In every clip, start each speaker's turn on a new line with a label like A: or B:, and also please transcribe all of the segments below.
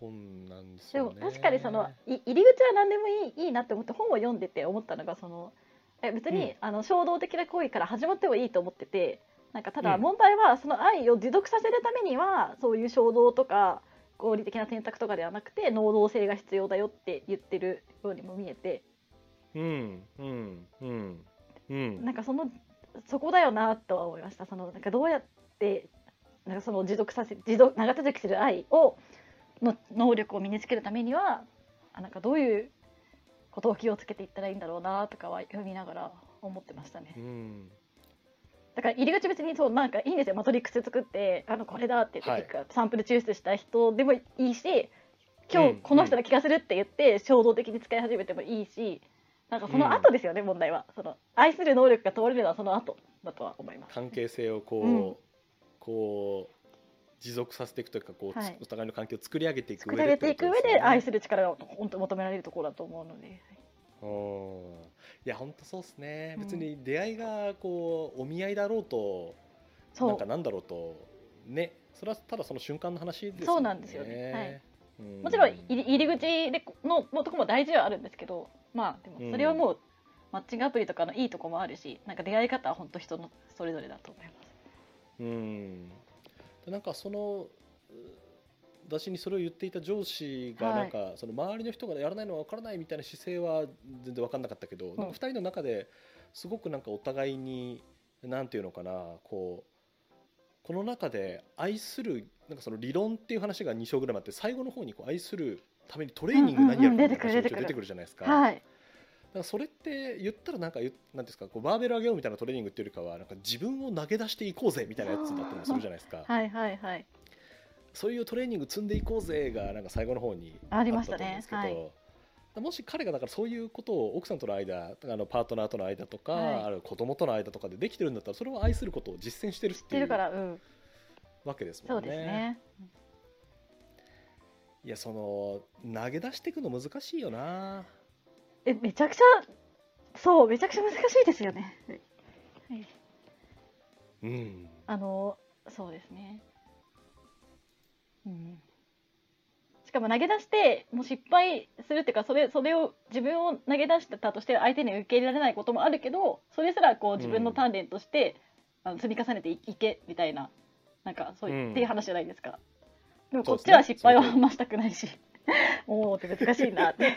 A: です
B: で
A: よ
B: も
A: ね
B: 確かにそのい入り口は何でもいいいいなって思って本を読んでて思ったのがそのえ別に、
A: うん
B: あの衝動的な行為から始まってもいいと思っててなんかただ
A: うん
B: 問題はその愛を持続させるためにはそういう衝動とか合理的な選択とかではなくて能動性が必要だよって言ってるようにも見えて
A: うんうんうんうん
B: なんかそのそこだよなとは思いましたそのなんかどうやってなんかその持続させ持続長続きする愛をの能力を身につけるためにはあなんかどういうことを気をつけていったらいいんだろうなとかは読みながら思ってましたね
A: うん
B: だから入り口別にそうなんかいいんですよマトリックス作ってあのこれだって言って、
A: は
B: サンプル抽出した人でもいいし
A: う
B: 今日
A: ん
B: この人の気がするって言って衝動的に使い始めてもいいしなんかその後ですよね、問題はその愛する能力が問われるのはその後だとは思います
A: 関係性をこう、
B: うん
A: こう持続させていくというかこう、
B: はい
A: お互いの関係を作り上げていく
B: 作られていく上
A: ってこと
B: で愛
A: です
B: る力が本当求められるところだと思うので、
A: すねうんいや本当そうですね、
B: うん
A: 別に出会いがこうお見合いだろうと
B: そ
A: な
B: うん
A: かなんだろうとねそれはただその瞬間の話ですもね
B: そうなんですよねはい
A: うん
B: もちろん入り入り口でののとこも大事はあるんですけどまあでもそれはもうマッチングアプリとかのいいとこもあるしなんか出会い方は本当人のそれぞれだと思います。
A: うん、でなんかそのう私にそれを言っていた上司が
B: は
A: ないんか、その周りの人がやらないのは分からないみたいな姿勢は全然分かんなかったけど、なんか2人の中ですごくなんかお互いになんていうのかなこうこの中で愛するなんかその理論っていう話が2章ぐらいもあって最後の方にこう愛するためにトレーニング何やるかみたいな
B: うんうんうん
A: 話
B: 出て
A: が
B: くる
A: 出てくるじゃないですか。
B: はい、
A: だからそれって言ったらなんか言うなんていうんですかこうバーベル上げようみたいなトレーニングっていうよりかはなんか自分を投げ出していこうぜみたいなやつだったりもするじゃないですか、
B: はいはいはい
A: そういうトレーニング積んでいこうぜがなんか最後の方に
B: ありましたね
A: あっと思うんですけど
B: はい
A: もし彼がだからそういうことを奥さんとの間あのパートナーとの間とか、
B: はい
A: あるいは子供との間とかでできてるんだったらそれを愛することを実践してるっ
B: 知ってて
A: い
B: る
A: う
B: からうん
A: わけです
B: そ
A: も
B: うんです
A: ね。
B: ね
A: いやその投げ出していくの難しいよな
B: えめちゃくちゃそうめちゃくちゃ難しいですよね。はい
A: うん
B: あのそうですね。うん。しかも投げ出してもう失敗するっていうかそれそれを自分を投げ出してたとして相手に受け入れられないこともあるけどそれすらこう自分の鍛錬として、あの積み重ねていいけみたいななんかそういう、
A: うん
B: っていう話じゃないですか。でも
A: そ
B: こ
A: う
B: っ
A: です
B: ち
A: ね
B: は失敗はあんましたくないし。 おおって難しい なって。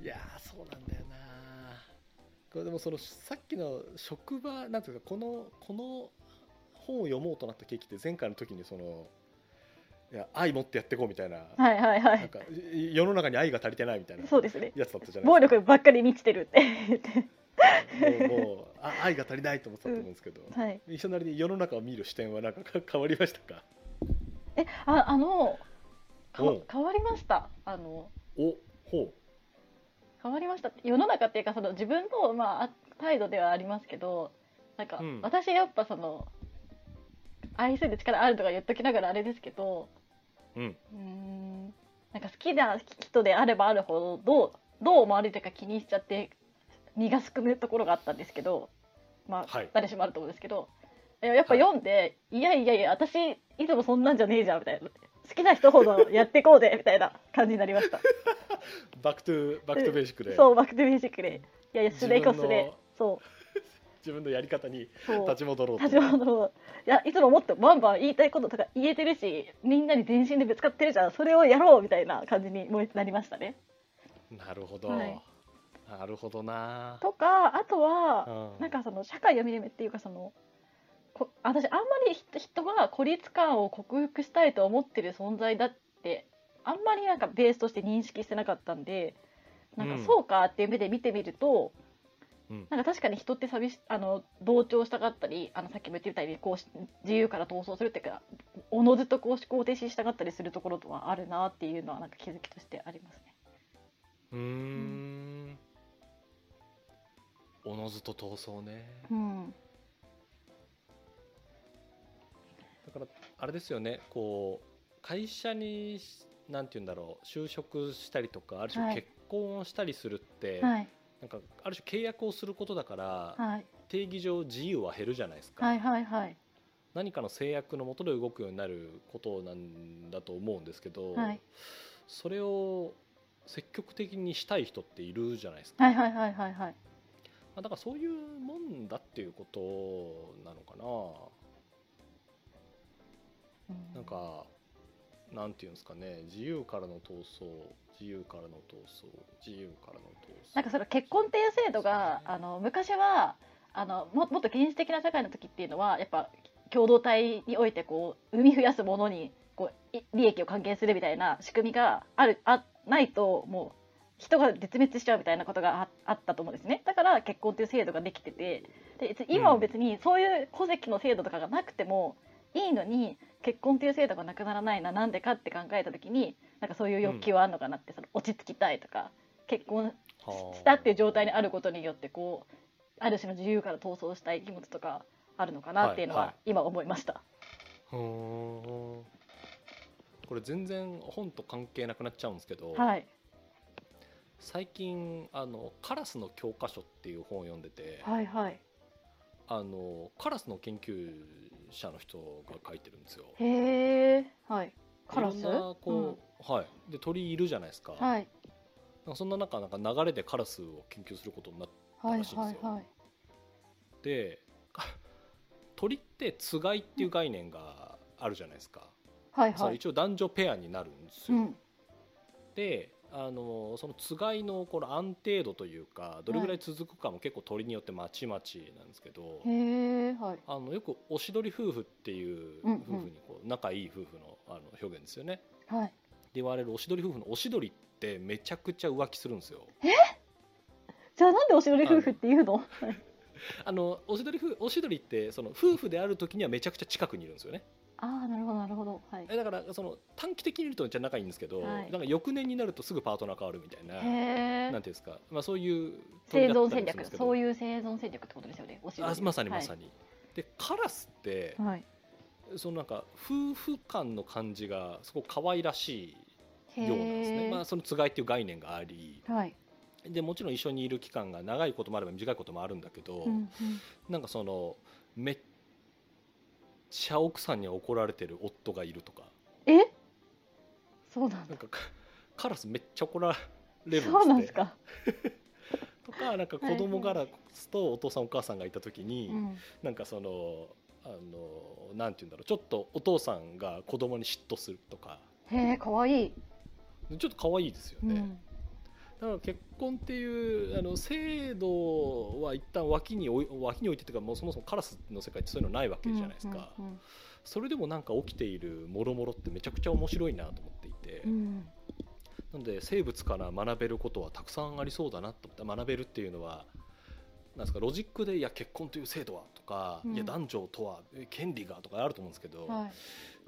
A: いやーそうなんだよなこれでもそのさっきの職場なんていうかこのこの本を読もうとなった契機って前回の時にそのいや愛持ってやっていこうみたいな,、
B: はいはいは
A: なん
B: い。
A: かい世の中に愛が足りてないみたいな
B: そうですね。
A: やつだったじゃな
B: 暴
A: いで
B: 力ばっかり満ちてるって言って。
A: す かもうもうあ愛が足りないと思ってたと思うんですけど、
B: はい。
A: 一緒なりに世の中を見る視点はなんか か変わりましたか
B: えああのか
A: おう
B: 変わりましたあの
A: おほ
B: 変わりました世の中っていうかその自分の、まあ、あ態度ではありますけどなんか、
A: うん
B: 私やっぱその愛する力あるとか言っときながらあれですけど
A: ううん
B: うーんなんか好きな人であればあるほどどうどう思われてるか気にしちゃって身がすくむところがあったんですけどまあ、
A: はい
B: 誰しもあると思うんですけどいややっぱ読んで、い、やいやいや私いつもそんなんじゃねえじゃんみたいな好きな人ほどやっていこうぜみたいな感じになり ました
A: バックトゥバックトゥベーシックで
B: そうバック・トゥ・ミュージックでいやいやすれこ
A: 自
B: す
A: 分の
B: れそう
A: 自分のやり方に
B: そう
A: 立ち戻ろうと
B: 立ち戻ろういやいつももっとバンバン言いたいこととか言えてるしみんなに全身でぶつかってるじゃんそれをやろうみたいな感じにもうなりましたね。
A: なるほど、
B: はい
A: なるほどな
B: とかあとは
A: うん
B: なんかその社会読み読みっていうかそのこ私あんまり人人が孤立感を克服したいと思ってる存在だってあんまりなんかベースとして認識してなかったんでなん
A: う
B: か
A: ん
B: そうかっていう目で見てみると、
A: うん
B: なんか確かに人って寂しあの同調したかったりあのさっきも言ってみたいにこうし自由から闘争するっていうかおのずとこう思考停止したかったりするところとはあるなっていうのはなんか気づきとしてありますね。
A: うーんおのずと闘争ね
B: うん、
A: だからあれですよねこう会社になんて言うんだろう就職したりとかある
B: は
A: 種
B: い
A: 結婚をしたりするって、
B: はい
A: なんかある種契約をすることだから、
B: はい
A: 定義上自由は減るじゃないですか、
B: はいはいはい
A: 何かの制約のもとで動くようになることなんだと思うんですけど、
B: はい
A: それを積極的にしたい人っているじゃないですか、
B: はいはいはいはいはい
A: まあだからそういうもんだっていうことなのかな
B: う
A: なんかなんていうんですかね自由からの闘争自由からの闘争自由からの闘争
B: なんかその結婚っていう制度があの昔はあのももっと原始的な社会の時っていうのはやっぱ共同体においてこう生み増やすものにこうい利益を還元するみたいな仕組みがあるあないともう人が絶滅しちゃうみたいなことがああったと思うんですねだから結婚っていう制度ができててで今は別にそういう戸籍の制度とかがなくてもいいのに結婚っていう制度がなくならないななんでかって考えた時になんかそういう欲求はあるのかなって、その落ち着きたいとか結婚
A: はあ
B: したっていう状態にあることによってこうある種の自由から闘争したい気持ちとかあるのかなっていうの
A: はいは
B: は今思いました。
A: ふーんこれ全然本と関係なくなっちゃうんですけど、
B: はい
A: 最近あの「カラスの教科書」っていう本を読んでて、
B: はいはい。
A: あのカラスの研究者の人が書いてるんですよ。
B: へえはい。カラス？
A: いろんなこう、はい、で鳥いるじゃないですか,、
B: うんはい
A: なんかそんな中なんか流れでカラスを研究することになっ
B: はい
A: らしいんで
B: は
A: す
B: い
A: よ
B: はい。
A: て か鳥ってつがいっていう概念があるじゃないですか、
B: はい
A: そ
B: は
A: の
B: い。
A: 一応男女ペアになるんです
B: う
A: よ。
B: ん
A: であのそのつがいのこの安定度というかどれぐらい続くかも結構鳥によってまちまちなんですけど、
B: へえはい。
A: あのよくおしどり夫婦っていう
B: うん
A: 夫
B: うん
A: 婦にこう仲いい夫婦のあの表現ですよね。
B: はい。
A: で言われるおしどり夫婦のおしどりってめちゃくちゃ浮気するんですよ。
B: じゃあなんでおしどり夫婦っていうの？
A: あのおしどり夫おしどりってその夫婦である時にはめちゃくちゃ近くにいるんですよね。
B: ああなるほどなるほどはい。
A: えだからその短期的にいるとめっちゃ仲いいんですけど、
B: はい
A: なんか翌年になるとすぐパートナー変わるみたいな。
B: へ
A: なん。
B: え
A: ていうんですか、まあ、そういう
B: 生存戦略そう
A: いう
B: いう生存戦略ってことですよね。おしどり
A: あまさにまさ
B: に。
A: に、でカラスって
B: はい。
A: そのなんか夫婦間の感じがすごく可愛らしい
B: へ
A: ようなんですね、
B: え。
A: まあ、そのつがいっていう概念があり
B: はい。
A: でもちろん一緒にいる期間が長いこともあれば短いこともあるんだけど、
B: うんうん
A: なんかそのめっちゃ奥さんに怒られてる夫がいるとか
B: え？そうなん
A: な
B: だ
A: ん。かかカラスめっちゃ怒られるんです
B: そうなん
A: って
B: ですか。
A: とかなんか子供ガラスとお父さんお母さんがいた時に、
B: うん
A: なんかそのあのなんて言うんだろうちょっとお父さんが子供に嫉妬するとか
B: へえ、可愛い。
A: ちょっと可愛いですよ
B: う
A: ね、
B: ん。
A: だから結婚っていうあの制度は一旦脇に置い脇に置いてというかもうそもそもカラスの世界ってそういうのないわけじゃないですか、
B: うんうん
A: それでもなんか起きているもろもろってめちゃくちゃ面白いなと思っていて、
B: うん。
A: なので生物から学べることはたくさんありそうだなと思った学べるっていうのはなんですかロジックでいや結婚という制度はとか、
B: うん
A: いや男女とはえ権利がとかあると思うんですけど、
B: うんはい。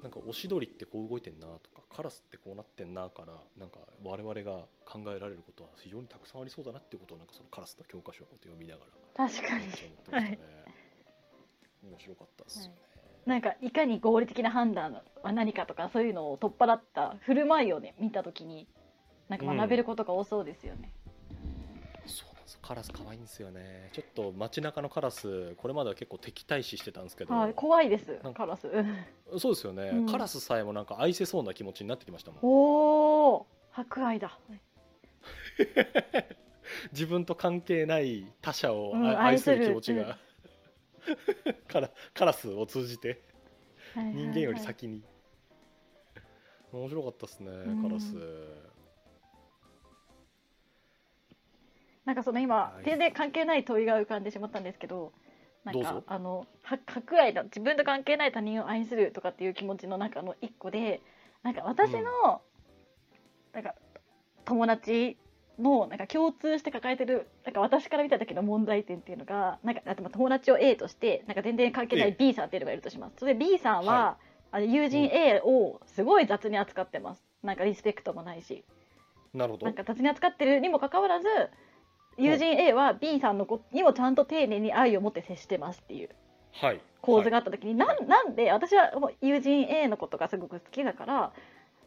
A: なんかおしどりってこう動いてんなとかカラスってこうなってんなからなんか我々が考えられることは非常にたくさんありそうだなっていうことをなんかそのカラスの教科書をこうやって読みながら
B: 確かに
A: めっ。ちゃ思ってましたね、面白かったですよね、
B: なんかいかに合理的な判断は何かとかそういうのを取っ払った振る舞いをね見たときになんか学べることが多そうですよね。
A: そうなんですよカラス可愛いんですよねちょっと街中のカラスこれまでは結構敵対視してたんですけど、
B: はい、怖いです
A: なんか
B: カラス。
A: そうですよね、
B: うん
A: カラスさえもなんか愛せそうな気持ちになってきましたもん
B: おお、博愛だ。
A: 自分と関係ない他者を
B: うん
A: あ愛
B: 愛
A: す
B: す
A: る
B: る
A: 気持ちが、 カラカラスを通じて
B: はいはいはい
A: 人間より。先に、面白かったですね
B: ん
A: カラス、
B: なんかその今
A: はい
B: 全然関係ない問いが浮かんでしまったんですけど。なん
A: どうぞ
B: かあのは博愛だ自分と関係ない他人を愛するとかっていう気持ちの中の一個でなんか私の、なんか友達のなんか共通して抱えてるなんか私から見た時の問題点っていうのがなんかあとまあ友達を A としてなんか全然関係な
A: ええ
B: い B さんっていうのがいるとします。それで B さんは、あの友人
A: うん
B: A をすごい雑に扱ってます。なんかリスペクトもないし。
A: なるほど
B: なんか雑に扱ってるにもかかわらず友人 A は B さんの子にもちゃんと丁寧に愛を持って接してますっていう
A: はい
B: 構図が
A: は
B: あった時に、なんなんで私はもう友人 A のことがすごく好きだから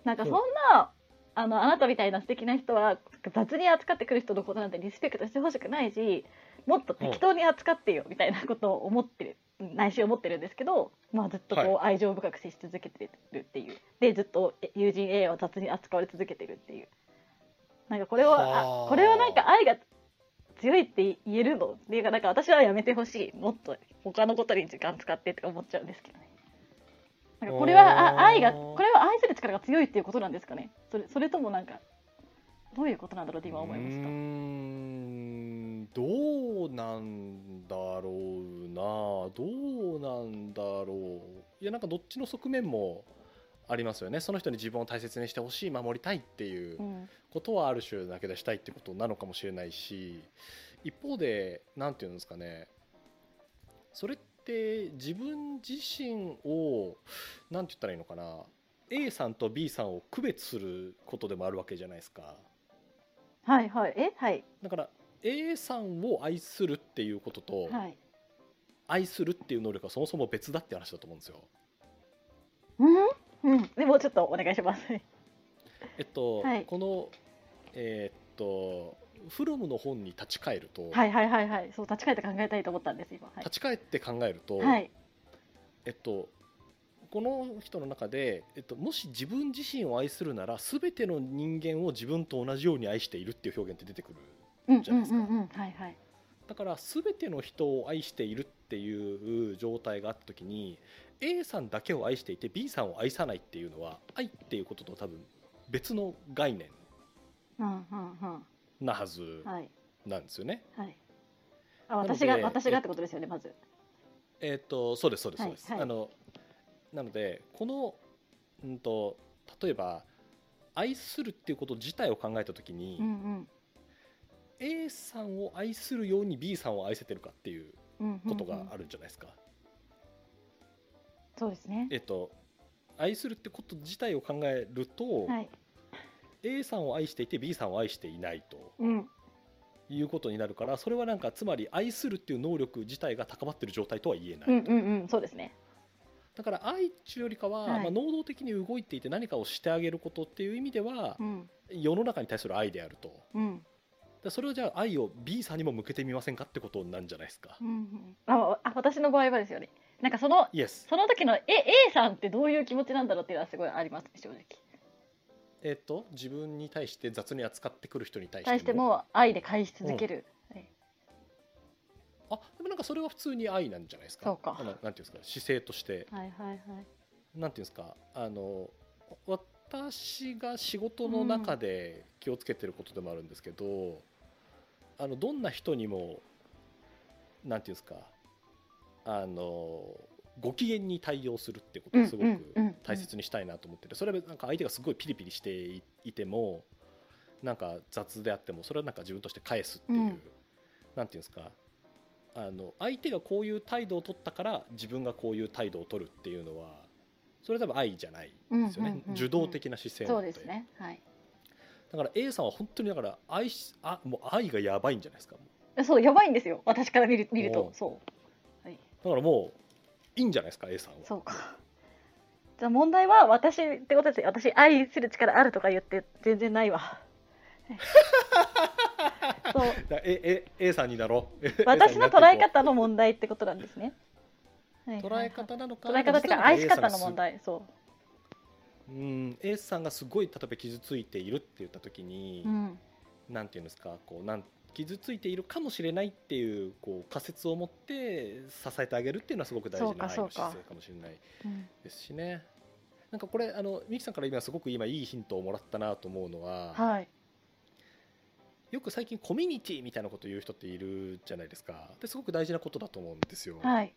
B: なんかそんな、あのあなたみたいな素敵な人は雑に扱ってくる人のことなんてリスペクトしてほしくないしもっと適当に扱ってよみたいなことを思ってる内心を持ってるんですけど、まあ、ずっとこう愛情深く接し続けてるっていう、でずっとえ友人 A は雑に扱われ続けてるっていうなんかこれは
A: はあ
B: あこれはなんか愛が強いって言えるのっていうかなんか私はやめてほしいもっと他のことに時間使ってとか思っちゃうんですけどねなんかこれは
A: お
B: あ
A: ー
B: 愛がこれは愛する力が強いっていうことなんですかねそれそれともなんかどういうことなんだろうって今思いまし
A: う
B: た
A: ーんどうなんだろうなどうなんだろういやなんかどっちの側面もありますよねその人に自分を大切にしてほしい守りたいっていううんことはある種だけ出したいってことなのかもしれないし一方で何て言うんですかねそれって自分自身を何て言ったらいいのかな A さんと B さんを区別することでもあるわけじゃないですか。
B: はいはいえはい
A: だから A さんを愛するっていうことと、
B: はい
A: 愛するっていう能力はそもそも別だって話だと思うんですよ。
B: うん、うん、でもうちょっとお願いします。
A: えっと、
B: はい
A: このえーっと「フロムの本に立ち返ると、
B: はいはいはいはい、そう立ち返って考えたいと思ったんです今。はい
A: 立ち返って考えると、
B: はい
A: えっとこの人の中で、えっと、もし自分自身を愛するなら全ての人間を自分と同じように愛しているっていう表現って出てくる
B: うん
A: じ
B: う
A: ゃなんいうですか
B: んうんはいはい
A: だから全ての人を愛しているっていう状態があった時に A さんだけを愛していて B さんを愛さないっていうのは愛っていうことと多分別の概念
B: うんうん
A: なは
B: う
A: ず
B: んはい
A: なんですよね。
B: はい。
A: な
B: あ
A: ので
B: 私が私がってことですよねまず。
A: えっ、とそうですそうです
B: は
A: そ
B: いう
A: です。
B: はい
A: あのなのでこのうんと例えば愛するっていうこと自体を考えた時に、
B: うんうん。
A: A さんを愛するように B さんを愛せてるかっていう
B: うんうん
A: ことがあ
B: る。
A: るんじゃないですか。
B: そうですね。
A: えっ、と愛するってこと自体を考えると、
B: はい。
A: A さんを愛していて B さんを愛していないと
B: うん。
A: いうことになるからそれはなんかつまり愛するっていう能力自体が高まってる状態とは言えない、
B: うんうんうんそうですね。
A: だから愛っていうよりかは、
B: はい
A: まあ、能動的に動いていて何かをしてあげることっていう意味では
B: う、ん
A: 世の中に対する愛であると
B: うんうん
A: でそれをじゃあ愛を B さんにも向けてみませんかってことなんじゃないですか、
B: うん。ああ私の場合はですよね。なんかその
A: イエス
B: その時の A A さんってどういう気持ちなんだろうっていうのはすごいありますね正直。
A: えっ、と自分に対して雑に扱ってくる人に対しても
B: 対しても愛で返し続ける。はい
A: あでもなんかそれは普通に愛なんじゃないですか
B: そうか
A: あのなんていうんですか姿勢として
B: はいはいはい。
A: なんていうんですかあのわ私が仕事の中で気をつけてることでもあるんですけど、あのどんな人にもなんていうんですかあのご機嫌に対応するってことをすごく大切にしたいなと思ってて、それはなんか相手がすごいピリピリしていいてもなんか雑であってもそれはなんか自分として返すっていう、
B: うん
A: なんていうんですかあの相手がこういう態度を取ったから自分がこういう態度を取るっていうのはそれは多分愛じゃないですよね、
B: うんうんうんうん
A: 受動的な姿勢な
B: そ
A: の
B: う
A: で
B: ですね。はい。
A: だから A さんは本当にだから愛しあもう愛がやばいんじゃないですかも
B: そうやばいんですよ私から見る見る
A: お
B: と
A: う
B: そう、はいう
A: だからもういいんじゃないですか A さんは
B: そうかじゃあ問題は私ってことですよ私愛する力あるとか言って全然ないわそう
A: だええ A さんになろう A さんになってい
B: 私
A: こう
B: の捉え方の問題ってことなんですね、はい
A: 捉え方なのか
B: 捉え方っていうか愛し方の問題そ
A: うん、A さんがすごい例えば傷ついているって言った時に、
B: う、うん、
A: なんていうんですかこうなん傷ついているかもしれないっていうこう仮説を持って支えてあげるっていうのはすごく大事な愛
B: そ
A: の
B: うかそうか
A: 姿勢かもしれない
B: うん
A: ですしねなんかこれあのミキさんから今すごく今いいヒントをもらったなと思うのは、
B: はい
A: よく最近コミュニティみたいなことを言う人っているじゃないですかですごく大事なことだと思うんですよ。
B: はい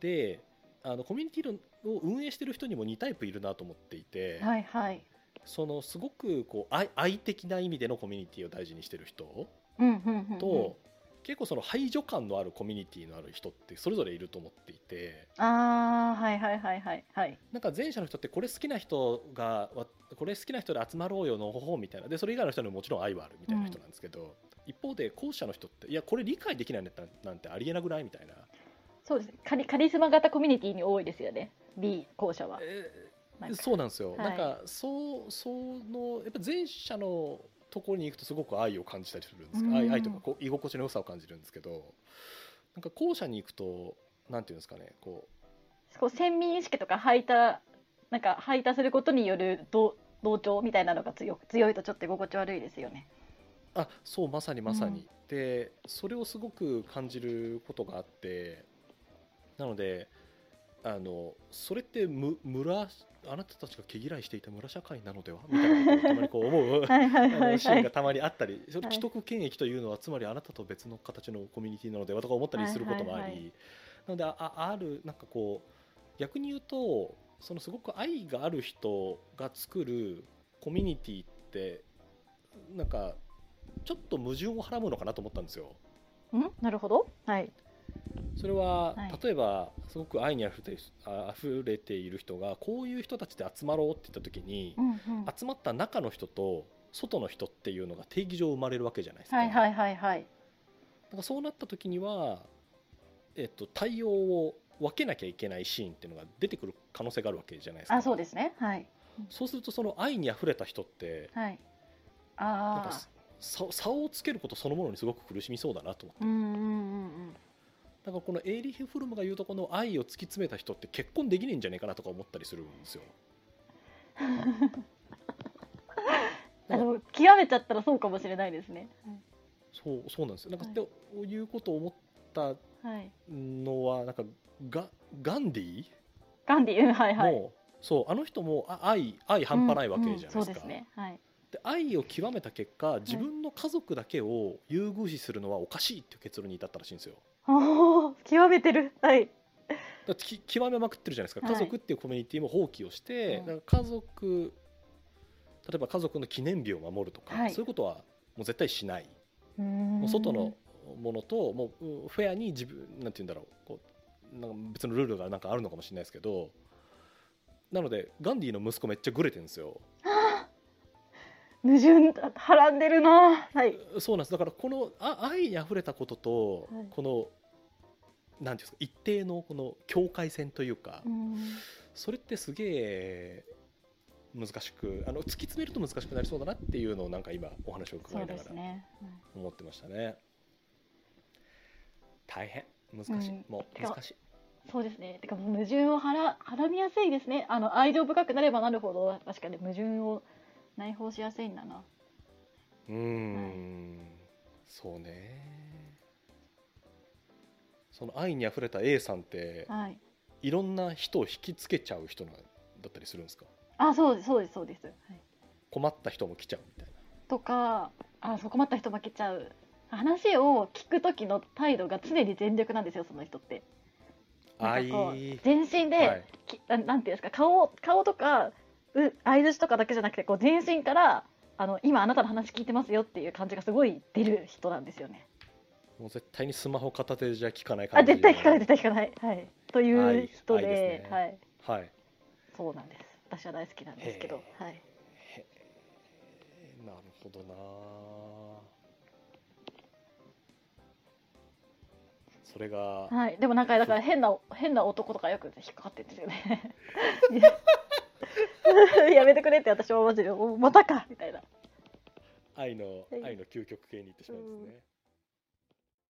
A: であのコミュニティを運営してる人にも2タイプいるなと思っていて、
B: はいはい
A: そのすごくこう愛愛的な意味でのコミュニティを大事にしてる人
B: うんうんうん
A: と、
B: う
A: 結構その排除感のあるコミュニティのある人ってそれぞれいると思っていて
B: んああはいはいはいはいはい
A: なんか前者の人ってこれ好きな人がわこれ好きな人で集まろうよのほほみたいなでそれ以外の人にももちろん愛はあるみたいな人なんですけど、一方で後者の人っていやこれ理解できないんだったらなんてありえなくないみたいな、
B: そうですねカリカリスマ型コミュニティに多いですよね B 校舎は
A: え
B: なんか
A: そうなんですよ、
B: はい
A: なんかそうそのやっぱ前者のところに行くとすごく愛を感じたりするんです
B: うん
A: 愛愛とかこう居心地の良さを感じるんですけどなんか後者に行くとなんていうんですかねこ
B: こう先民意識とか排他なんか排他することによる同同調みたいなのが強強いとちょっと居心地悪いですよ ね。
A: うあそうまさにまさに、でそれをすごく感じることがあってなのであのそれってむ村あなたたちが毛嫌いしていた村社会なのではみたいなことをたまにこう思う
B: はいは
A: あ
B: いは
A: の
B: い
A: シ
B: は
A: ーンが
B: い。
A: たまにあったり、それ
B: はい
A: 既得権益というのはつまりあなたと別の形のコミュニティなのではとか思ったりすることもあり、
B: はいはいは
A: なのであああるなんかこう逆に言うとそのすごく愛がある人が作るコミュニティってなんかちょっと矛盾をはらむのかなと思ったんですよ。
B: うんなるほど。はい。
A: それは、
B: はい
A: 例えばすごく愛にあふれてあ溢れている人がこういう人たちで集まろうって言った時に、
B: うんうん。
A: 集まった中の人と外の人っていうのが定義上生まれるわけじゃないですか。
B: はいはいはいはい。
A: なんかそうなった時には、えっと、対応を分けなきゃいけないシーンっていうのが出てくる可能性があるわけじゃないですか。
B: あそうですね。はい
A: そうするとその愛にあふれた人って
B: はい。
A: なんか
B: ああ。
A: 差差をつけることそのものにすごく苦しみそうだなと思って
B: うんうんうんうん。
A: だからこのエーリヒ・フルムが言うとこの愛を突き詰めた人って結婚できねえんじゃねえかなとか思ったりするんですよ。
B: あの極めちゃったらそうかもしれないですね。
A: そうそうなんですよなんか、
B: はい
A: っていうことを思った
B: はい。
A: のはなんかガガンディ
B: ガンディうんはい
A: も、
B: はい。
A: そうあの人もあ愛愛半端ないわけじゃないですか。
B: うんうんそうですね。 はい。
A: で愛を極めた結果自分の家族だけを優遇視するのはおかしいっていう結論に至ったらしいんですよ。
B: おお極めてる。はい。
A: だってき極めまくってるじゃないですか
B: はい
A: 家族っていうコミュニティも放棄をして、
B: うん
A: だから家族例えば家族の記念日を守るとか、
B: はい
A: そういうことはもう絶対しない、
B: も
A: もう外のものともううんフェアに自分なんて言うんだろうこうなんか別のルールがなんかあるのかもしれないですけどなのでガンディの息子めっちゃグレてるんですよ。
B: 矛盾だはらんでるな。はい。
A: そうなんですだからこのあ愛にあふれたことと、
B: はい
A: このなんていうんですか一定のこの境界線というか、
B: うん
A: それってすげえ難しくあの突き詰めると難しくなりそうだなっていうのをなんか今お話を伺
B: そう
A: いな
B: で
A: が
B: す
A: ら
B: ね。
A: 思ってましたね大変難しい、
B: うん
A: もう
B: てか
A: 難しい
B: そうですね。てか矛盾をはらはらみやすいですね。あの愛情深くなればなるほど確かに矛盾を内包しやすいんだな。
A: うーん、そうねその愛にあふれた A さんって
B: はい。
A: いろんな人を引きつけちゃう人なんだったりするんですか
B: あそうですそうですそうです。はい、
A: 困った人も来ちゃうみたい
B: とかあそう困った人負けちゃう。話を聞く時の態度が常に全力なんですよその人って。
A: な。
B: なんかこう
A: 愛
B: 全身で、
A: はい
B: きななんていうんですか顔顔とかう相槌とかだけじゃなくてこう全身からあの今あなたの話聞いてますよっていう感じがすごい出る人なんですよね。
A: もう絶対にスマホ片手じゃ聞かない感じ。
B: あ絶対聞かない絶対聞かない、はい、という人で,、
A: はい
B: は
A: はい
B: い
A: ですねはい。
B: そうなんです私は大好きなんですけど
A: へ、
B: はい、
A: えーなるほどなあ。それが、
B: はい、でもなんかだから変な変な男とかよく引っかかってるんですよね。 やめてくれって私はマジでおまたかみたいな。
A: 愛の
B: はい
A: 愛の究極系に行ってしまうんですね。